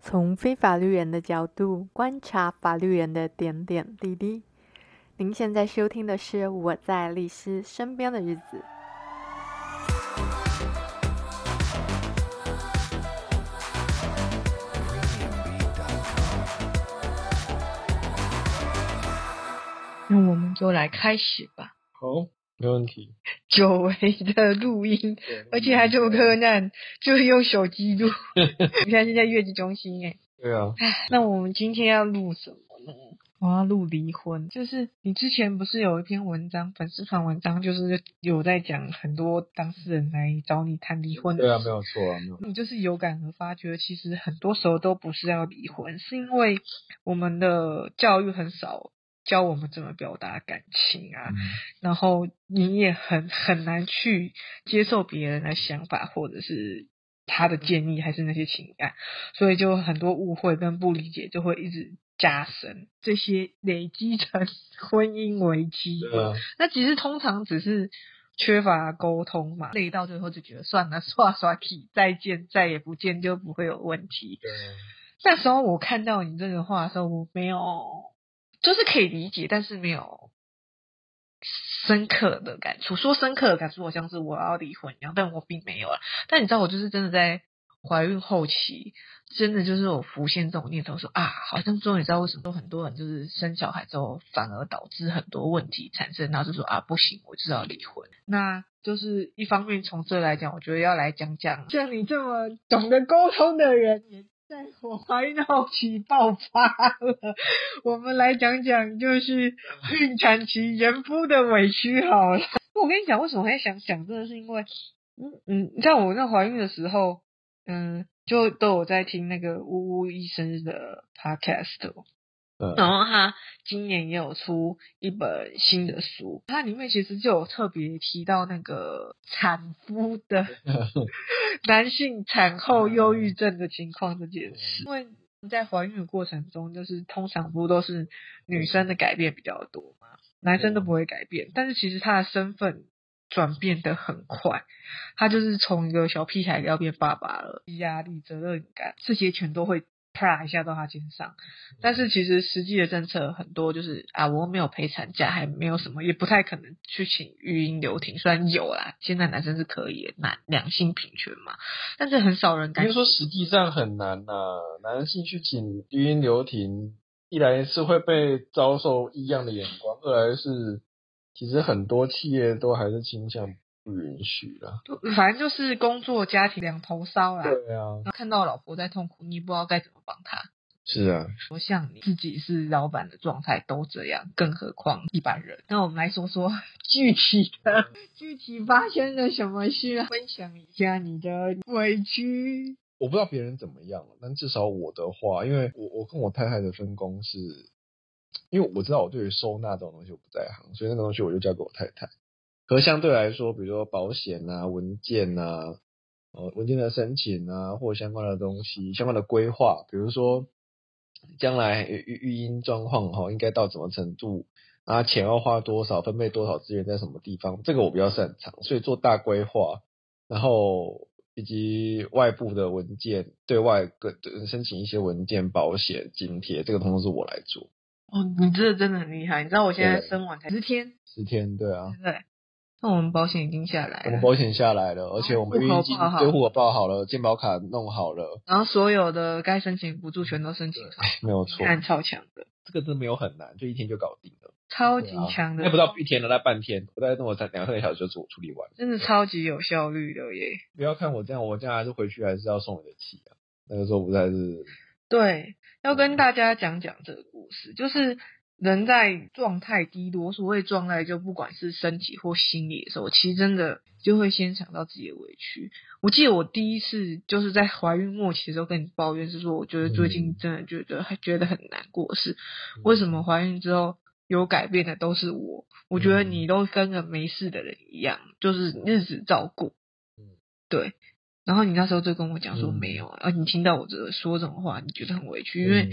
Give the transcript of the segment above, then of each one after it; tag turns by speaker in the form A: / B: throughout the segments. A: 从非法律人的角度观察法律人的点点滴滴。您现在收听的是《我在律师身边的日子》。
B: 那我们就来开始吧，
C: 好，没问题。
B: 久违的录音，
C: 嗯对
B: 而且还这么柯难，就是用手机录。 我现在是在月子中心哎，
C: 对啊，
B: 那我们今天要录什么呢？我要录离婚，就是你之前不是有一篇文章，粉丝团文章，就是有在讲很多当事人来找你谈离婚的
C: 对啊，
B: 事
C: 没有错啊，没有错。
B: 你就是有感而发，觉得其实很多时候都不是要离婚，是因为我们的教育很少教我们怎么表达感情啊，
C: 嗯
B: 然后你也很很难去接受别人的想法或者是他的建议，还是那些情感，所以就很多误会跟不理解就会一直加深，这些累积成 婚姻危机。
C: 对啊，
B: 那其实通常只是缺乏沟通嘛，累到最后就觉得算了，刷刷 k 再见，再也不见就不会有问题。
C: 对啊，
B: 那时候我看到你这个话的时候，我没有，就是可以理解，但是没有深刻的感触。说深刻的感触，好像是我要离婚一样，但我并没有啊。但你知道，我就是真的在怀孕后期，真的就是有浮现这种念头说，啊，好像终于知道为什么很多人就是生小孩之后，反而导致很多问题产生，然后就说啊，不行，我就是要离婚。那就是一方面从这来讲，我觉得要来讲讲，像你这么懂得沟通的人，也在我怀孕后期爆发了。我们来讲讲就是孕产期人夫的委屈好了。 我跟你讲，为什么会想讲这个，是因为，嗯嗯，你像我那怀孕的时候，嗯，就都有在听那个呜呜医生的 podcast，哦
C: 嗯
B: 然后他今年也有出一本新的书，它里面其实就有特别提到那个产妇的男性产后忧郁症的情况这件事，因为在怀孕的过程中，就是通常不都是女生的改变比较多嘛，男生都不会改变，但是其实他的身份转变得很快，他就是从一个小屁孩要变爸爸了，压力、责任感这些全都会啪一下到他肩上。但是其实实际的政策很多就是啊，我又没有陪产假，还没有什么，也不太可能去请育婴留停。虽然有啦，现在男生是可以男两性平权嘛，但是很少人
C: 应
B: 敢
C: 该说实际上很难呐、男性去请育婴留停，一来是会被遭受异样的眼光，二来是其实很多企业都还是倾向不允许啊啦。
B: 反正就是工作家庭两头烧啦。
C: 对啊，
B: 看到老婆在痛苦，你不知道该怎么帮她。
C: 是啊，
B: 我像你自己是老板的状态都这样，更何况一般人。那我们来说说具体的，具体发生了什么事，啊分享一下你的委屈。
C: 我不知道别人怎么样，但至少我的话，因为我我跟我太太的分工是，因为我知道我对于收纳这种东西我不在行，所以那个东西我就交给我太太。可是相对来说，比如说保险啊、文件啊、呃文件的申请啊，或相关的东西、相关的规划，比如说将来育育育婴状况哈，应该到什么程度啊，钱要花多少，分配多少资源在什么地方，这个我比较擅长，所以做大规划，然后以及外部的文件，对外各申请一些文件、保险、津贴，这个通通是我来做。
B: 哦，你这真的很厉害。你知道我现在
C: 对
B: 生完才十天，
C: 十天，对啊
B: 对，不对？那我们保险已经下来
C: 我们
B: 了，
C: 保险下来了，而且我们
B: 户
C: 预
B: 口
C: 金
B: 报好
C: 对户口报好了，健保卡弄好了，
B: 然后所有的该申请补助全都申请了，
C: 没有错，
B: 看超强的，
C: 这个真的没有很难，就一天就搞定了。
B: 超级
C: 对啊
B: 强的，
C: 那不到一天了，那半天，我大概弄了三两三个小时就处处理完了。
B: 真的超级有效率的耶。
C: 不要看我这样，我这样还是回去还是要送你的气啊。那个时候不是还是
B: 对，要跟大家讲讲这个故事，就是人在状态低落，所谓状态就不管是身体或心理的时候，其实真的就会先想到自己的委屈。我记得我第一次就是在怀孕末期的时候跟你抱怨，是说我觉得最近
C: 嗯
B: 真的觉得还觉得很难过，是为什么怀孕之后有改变的都是我？我觉得
C: 嗯
B: 你都跟个没事的人一样，就是日子照过
C: 嗯。
B: 对，然后你那时候就跟我讲说
C: 嗯
B: 没有，而你听到我这说这种话，你觉得很委屈，因为
C: 嗯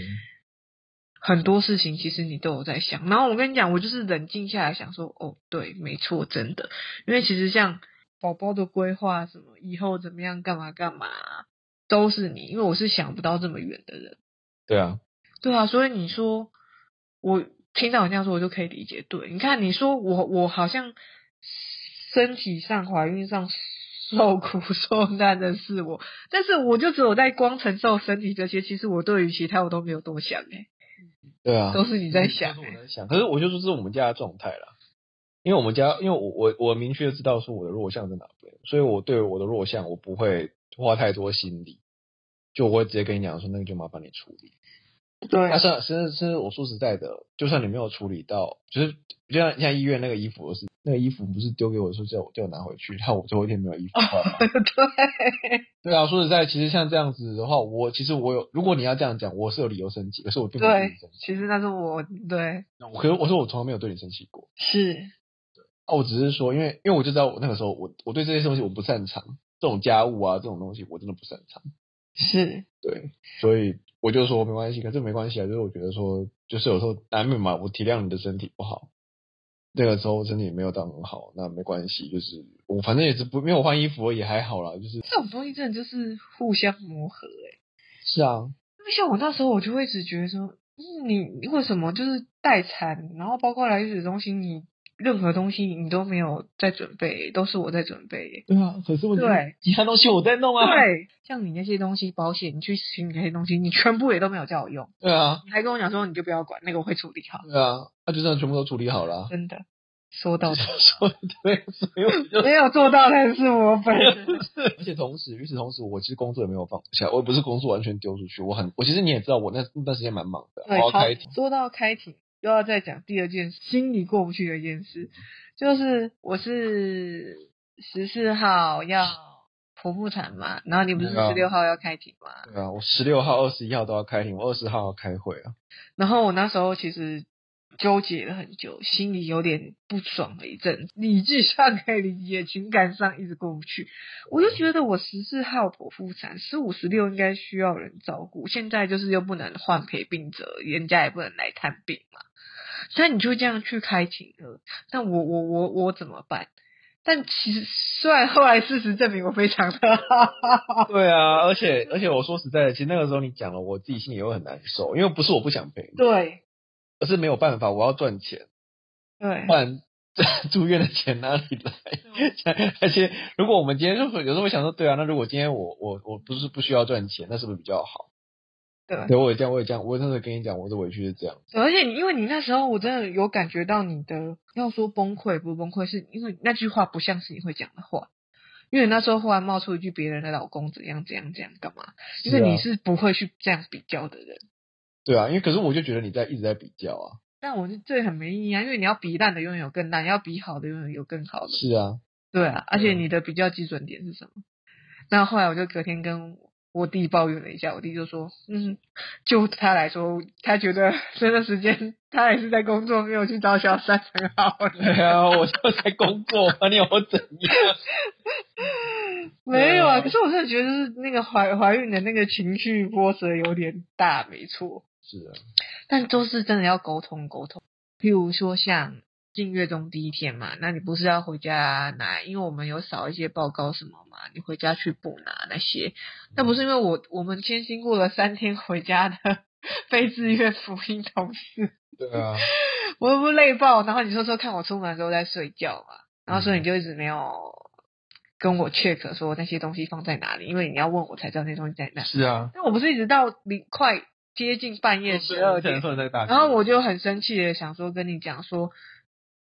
B: 很多事情其实你都有在想。然后我跟你讲，我就是冷静下来想说，哦，对，没错，真的，因为其实像宝宝的规划什么，以后怎么样，干嘛干嘛，啊都是你，因为我是想不到这么远的人。
C: 对啊，
B: 对啊，所以你说我听到你那样说，我就可以理解。对，你看你说我我好像身体上、怀孕上受苦 受难的是我，但是我就只有在光承受身体这些，其实我对于其他我都没有多想哎、
C: 对啊，
B: 都是你在想
C: 都是
B: 欸
C: 我在想。可是我就说这是我们家的状态啦，因为我们家，因为我我我明确地知道说我的弱项在哪边，所以我对我的弱项我不会花太多心力，就我会直接跟你讲说那个就麻烦你处理。
B: 嗯对啊
C: 那像甚至甚至我说实在的，就算你没有处理到，就是就像像医院那个衣服，是那个衣服不是丢给我说叫我叫我拿回去，然后我最后一天没有衣服穿嘛。
B: 哦对，
C: 对啊，说实在，其实像这样子的话，我其实我有，如果你要这样讲，我是有理由生气，可是我并没有对你生气。
B: 其实那是我对
C: 可是我说我从来没有对你生气过。
B: 是，
C: 啊，我只是说，因为因为我就知道我那个时候我我对这些东西我不擅长，这种家务啊这种东西我真的不擅长，
B: 是，
C: 对，所以我就说没关系，可是没关系啊，就是我觉得说，就是有时候难免嘛，我体谅你的身体不好，那个时候身体没有到很好，那没关系，就是我反正也是不没有换衣服也还好啦，就是
B: 这种东西真的就是互相磨合哎、
C: 是啊，
B: 因为像我那时候，我就会一直觉得说，嗯你你为什么就是待产，然后包括来月子中心，你任何东西你都没有在准备，都是我在准备耶。
C: 对啊，可是问题是
B: 对
C: 其他东西我在弄啊，
B: 对，像你那些东西，保险，你去请你那些东西，你全部也都没有叫我用，
C: 对啊，
B: 你还跟我讲说你就不要管，那个我会处理好，
C: 对啊，那、就这样全部都处理好了、啊
B: 真的，说到底
C: 所以对，所以我就
B: 没有做到的是我本人，
C: 而且同时，与此同时，我其实工作也没有放下，我也不是工作完全丢出去。我很，我其实你也知道，我那那段时间蛮忙的，我
B: 对，
C: 要
B: 好
C: 开庭，，
B: 说到开庭，又要再讲第二件心里过不去的一件事，就是我是十四号要剖腹产嘛，然后你不是
C: 对啊
B: 十六号要开庭嘛，
C: 对啊，我十六号、二十一号都要开庭，我二十号要开会啊。
B: 然后我那时候其实纠结了很久，心里有点不爽了一阵，理智上可以理解，情感上一直过不去。我就觉得我十四号剖腹产，十五、十六应该需要人照顾，现在就是又不能换陪病者，人家也不能来探病嘛。那你就这样去开庭了，那我我我我怎么办？但其实虽然后来事实证明我非常的好，
C: 对啊，而且而且我说实在的，其实那个时候你讲了，我自己心里也会很难受，因为不是我不想陪你，
B: 对
C: 而是没有办法，我要赚钱，
B: 对
C: 不然住院的钱哪里来？ 而且如果我们今天就会有时候会想说，对啊，那如果今天我我我不是不需要赚钱，那是不是比较好？
B: 对。
C: 对，我也这样，我也这样，我真的跟你讲，我的委屈是这样。
B: 对而且你因为你那时候我真的有感觉到你的，要说崩溃不崩溃，是因为那句话不像是你会讲的话，因为你那时候忽然冒出一句别人的老公怎样怎样怎样干嘛，因为
C: 啊
B: 你是不会去这样比较的人。
C: 对啊，因为可是我就觉得你在一直在比较啊。
B: 但我是这很没意义啊，因为你要比烂的永远有更烂，你要比好的永远有更好的。
C: 是啊，
B: 对啊，而且
C: 嗯
B: 你的比较基准点是什么？那后来我就隔天跟我弟抱怨了一下，我弟就说，嗯，就他来说，他觉得这段时间他也是在工作，没有去找小三很好
C: 对啊，我就在工作啊，你有没有怎样？
B: 没有啊，
C: 对啊
B: 可是我真的觉得就是那个怀怀孕的那个情绪波折有点大，没错，
C: 是啊，
B: 但都是真的要沟通沟通。譬如说像进月中第一天嘛，那你不是要回家拿？因为我们有少一些报告什么嘛，你回家去补拿那些。那不是因为我我们先经过了三天回家的 非自愿福音同事，
C: 对啊，
B: 我又不累爆，然后你说说看我出门的时候在睡觉嘛，然后所以
C: 嗯
B: 你就一直没有跟我 check 说那些东西放在哪里，因为你要问我才知道那些东西在哪。
C: 是啊，
B: 但我不是一直到零快接近半
C: 哦
B: 夜十二点，
C: 在大
B: 然后我就很生气的想说跟你讲说，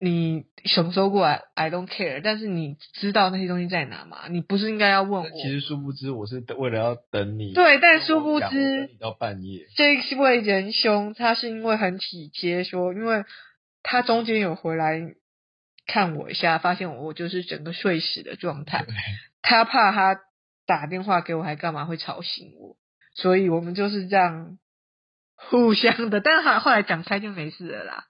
B: 你什么时候过来，I don't care，但是你知道那些东西在哪吗？你不是应该要问我？
C: 其实殊不知我是为了要等你，
B: 对，但殊不
C: 我等
B: 知
C: 你到半 夜，
B: 这位仁兄他是因为很体贴，说因为他中间有回来看我一下，发现我就是整个睡死的状态，他怕他打电话给我还干嘛会吵醒我，所以我们就是这样互相的，但是后来讲开就没事了啦。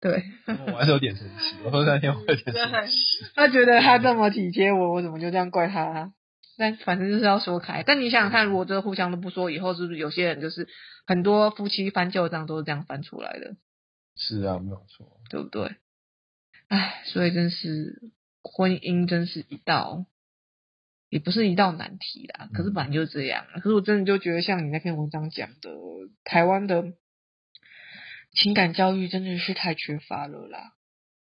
B: 对
C: 我还是有点生气，我说那天我有点生气，
B: 他觉得他这么体贴我，我怎么就这样怪他、但反正就是要说开。但你想想看，如果这互相都不说，以后是不是有些人就是很多夫妻翻旧账都是这样翻出来的？
C: 是啊，没有错，
B: 对不对？唉，所以真是婚姻真是一道也不是一道难题啦，
C: 嗯
B: 可是本来就是这样啊。可是我真的就觉得，像你那篇文章讲的，台湾的情感教育真的是太缺乏了啦。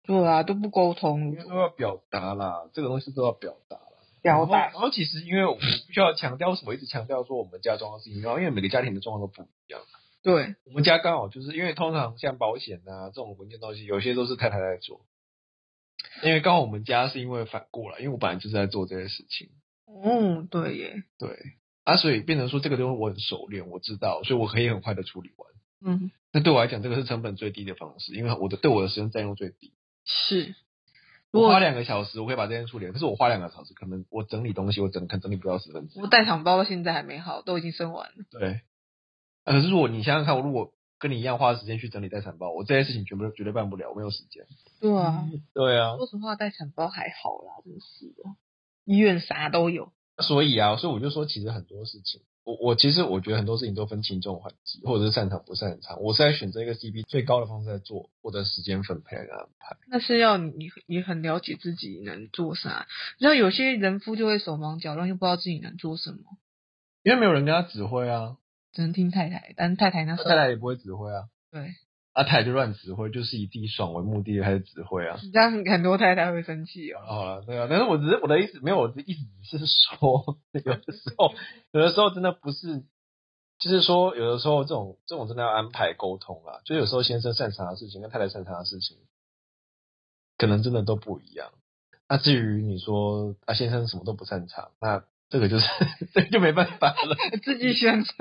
B: 对啊，都不沟通
C: 应，该都要表达啦，这个东西都要表达啦。
B: 表达
C: 然后，然后其实因为我必须要强调，为什么一直强调说我们家状况是一样？因为每个家庭的状况都不一样。
B: 对
C: 我们家刚好就是因为通常像保险啊这种文件东西，有些都是太太在做。因为刚好我们家是因为反过来，因为我本来就是在做这些事情，
B: 嗯，对耶，
C: 对啊，所以变成说这个东西我很熟练，我知道，所以我可以很快的处理完。
B: 嗯，
C: 那对我来讲，这个是成本最低的方式，因为我的对我的时间占用最低。
B: 是。如
C: 我花
B: 果
C: 两个小时，我可以把这件事处理完。可是我花两个小时，可能我整理东西，我整可能整理不到十分之一。
B: 我代糖包到现在还没好，都已经生完了。
C: 对。啊，可是如果你想想看，我如果跟你一样花时间去整理待产包，我这些事情全部都绝对办不了，我没有时间。
B: 对啊，
C: 对啊，
B: 说实话，待产包还好啦，真是的，医院啥都有。
C: 所以啊，所以我就说，其实很多事情，我我其实我觉得很多事情都分轻重缓急，或者是擅长不擅长。我是在选择一个 CP 最高的方式在做，我的时间分配来安排。
B: 那是要你你很了解自己能做啥。你知道有些人夫就会手忙脚乱，又不知道自己能做什么，
C: 因为没有人跟他指挥啊，
B: 只能听太太。但是太太那时候
C: 太太也不会指挥啊，
B: 对，
C: 啊太太就乱指挥，就是以自己爽为目的开始指挥啊。
B: 你这样很多太太会生气哦。
C: 好了，对啊，但是我只是我的意思，没有，我的意思只是说，有的时候，有的时候真的不是，就是说，有的时候这种这种真的要安排沟通啦，就有时候先生擅长的事情跟太太擅长的事情，可能真的都不一样。那至于你说啊，先生什么都不擅长，那这个就是这个就没办法了，
B: 自己选择，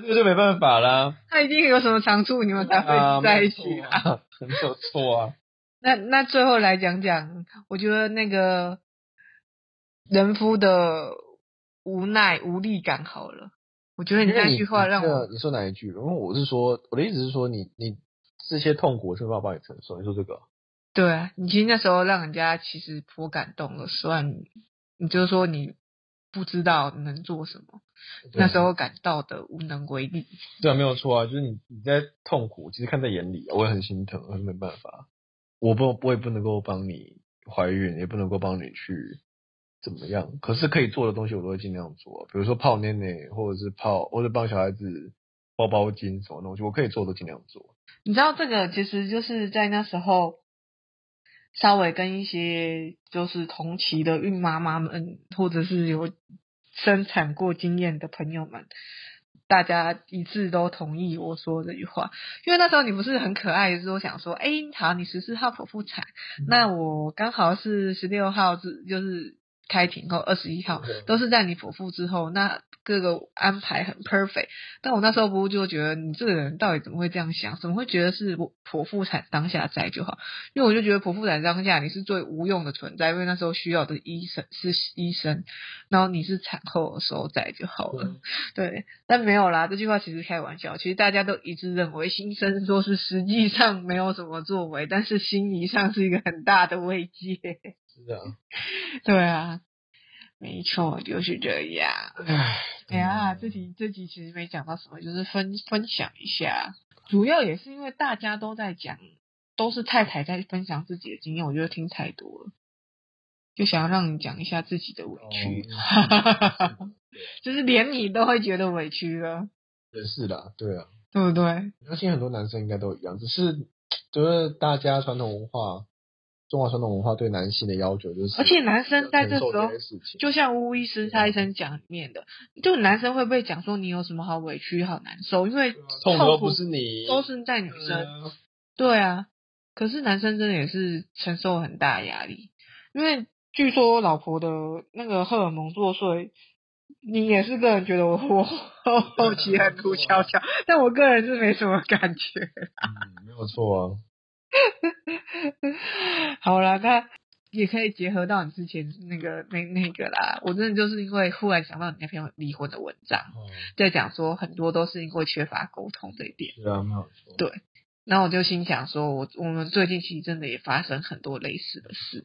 C: 这个就没办 法啦。
B: 他一定有什么长处，你们才
C: 啊
B: 会在一起啊。
C: 没有错啊，
B: 那那最后来讲讲，我觉得那个人夫的无奈无力感好了。我觉得你
C: 因为
B: 那句话让我
C: 你你说哪一句？因为我是说，我的意思是说你，你这些痛苦，我是办法帮你承受。你说这个，
B: 对啊，你其实那时候让人家其实颇感动了，虽然你你就说你不知道能做什么，那时候感到的无能为力。
C: 对啊，没有错啊，就是你你在痛苦，其实看在眼里，啊我也很心疼，我也没办法，我不我也不能够帮你怀孕，也不能够帮你去怎么样，可是可以做的东西，我都会尽量做、比如说泡奶奶，或者是泡，或者帮小孩子包包巾什么东西，我可以做的都尽量做。
B: 你知道这个其实就是在那时候，稍微跟一些就是同期的孕妈妈们，或者是有生产过经验的朋友们，大家一致都同意我说这句话。因为那时候你不是很可爱，就是我想说，哎、好，你十四号剖腹产，那我刚好是十六号至就是开庭后二十一号，都是在你剖腹之后，那各个安排很 perfect。但我那时候不就觉得你这个人到底怎么会这样想？怎么会觉得是我剖腹产当下在就好？因为我就觉得剖腹产当下你是最无用的存在，因为那时候需要的医生是医生，然后你是产后的时候在就好了。
C: 嗯
B: 对，但没有啦，这句话其实开玩笑。其实大家都一致认为新生说是实际上没有什么作为，但是心理上是一个很大的慰藉。
C: 是这样，
B: 对啊，没错，就是这样。
C: 唉，
B: 哎呀，
C: 嗯
B: 这题这集其实没讲到什么，就是分分享一下，主要也是因为大家都在讲，都是太太在分享自己的经验，我觉得听太多了，就想要让你讲一下自己的委 屈，
C: 哦
B: 就是连你都会觉得委屈了，
C: 也是啦，对啊。
B: 对不对？
C: 我相信很多男生应该都一样，只是就是大家传统文化，中华传统文化对男性的要求就是，
B: 而且男生在这时候
C: 事情，
B: 就像巫医师他医生讲里面的，就男生会被讲说你有什么好委屈、好难受，因为
C: 痛的又
B: 痛
C: 不
B: 苦
C: 是你，
B: 都是在女
C: 对
B: 生。
C: 啊
B: 对啊，可是男生真的也是承受很大压力，因为据说老婆的那个荷尔蒙作祟，你也是个人觉得我 我后期很独悄悄，但我个人是没什么感觉。
C: 嗯，没有错啊。
B: 好啦，那也可以结合到你之前那个那那个啦，我真的就是因为忽然想到你那篇离婚的文章，
C: 哦
B: 在讲说很多都是因为缺乏沟通这一点。
C: 是啊，没有错。
B: 对然后我就心想说，我我们最近其实真的也发生很多类似的事。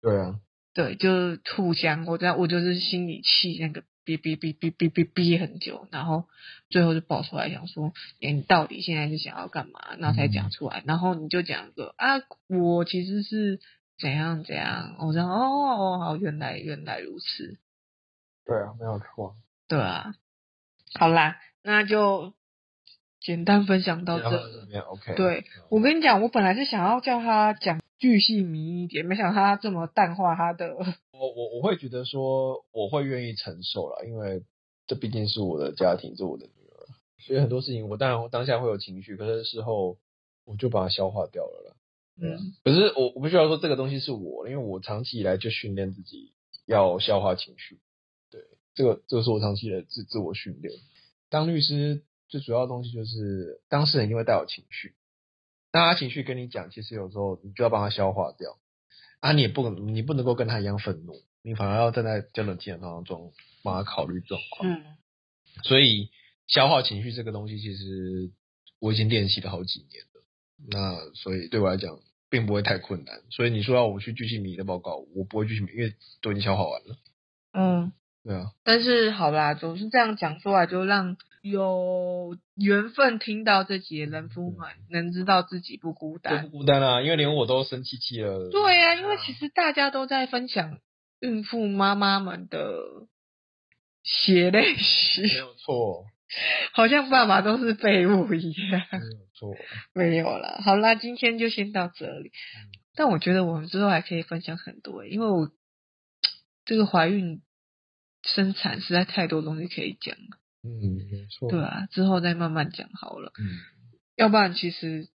C: 对啊，
B: 对，就是互相，我在我就是心里气那个憋憋憋憋憋憋憋很久，然后最后就爆出来想说，哎、你到底现在是想要干嘛？然后才
C: 嗯
B: 讲出来，然后你就讲一个啊，我其实是怎样怎样，我说哦，好，原来原来如此，
C: 对啊，没有错。
B: 对啊，好啦，那就简单分享到
C: 然后
B: 这。
C: 这边 OK。嗯
B: 对，我跟你讲，我本来是想要叫他讲巨细迷一点，没想到他这么淡化他的。
C: 我我我会觉得说我会愿意承受啦，因为这毕竟是我的家庭，是我的女儿，所以很多事情我当然当下会有情绪，可是事后我就把它消化掉了啦。
B: 嗯，
C: 可是我我必须要说这个东西是我，因为我长期以来就训练自己要消化情绪，对，这个这个是我长期的自自我训练。当律师最主要的东西就是当事人一定会带有情绪，那他情绪跟你讲，其实有时候你就要帮他消化掉，啊，你也不能你不能够跟他一样愤怒，你反而要站在较冷静的当中帮他考虑状况。
B: 嗯，
C: 所以消化情绪这个东西，其实我已经练习了好几年了。那所以对我来讲，并不会太困难。所以你说要我去继续迷的报告，我不会继续迷，因为都已经消化完了。
B: 嗯。
C: 对啊，
B: 但是好啦，总是这样讲出来，就让有缘分听到这集的人夫们能知道自己不孤
C: 都
B: 单
C: 不。孤单啊，因为连我都生气气了。
B: 对呀、
C: 嗯
B: 因为其实大家都在分享孕妇妈妈们的血泪
C: 没
B: 史，
C: 有错，
B: 好像爸爸都是废物一样。
C: 没有错。
B: 没有啦，好啦，今天就先到这里。但我觉得我们之后还可以分享很多、欸因为我这个怀孕、生产实在太多东西可以讲了。
C: 嗯，没错。
B: 对啊，之后再慢慢讲好了。
C: 嗯，
B: 要不然其实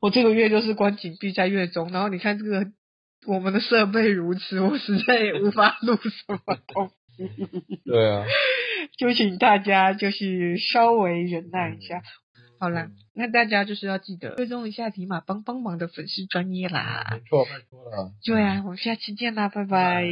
B: 我这个月就是关紧闭在月中，然后你看这个我们的设备如此，我实在也无法录什么东西，
C: 对啊，
B: 就请大家就是稍微忍耐一下。好啦
C: 嗯，
B: 那大家就是要记得追踪一下提马帮帮忙的粉丝专业啦。啊
C: 没错，拜托了。
B: 对啊，我们下期见啦，拜拜。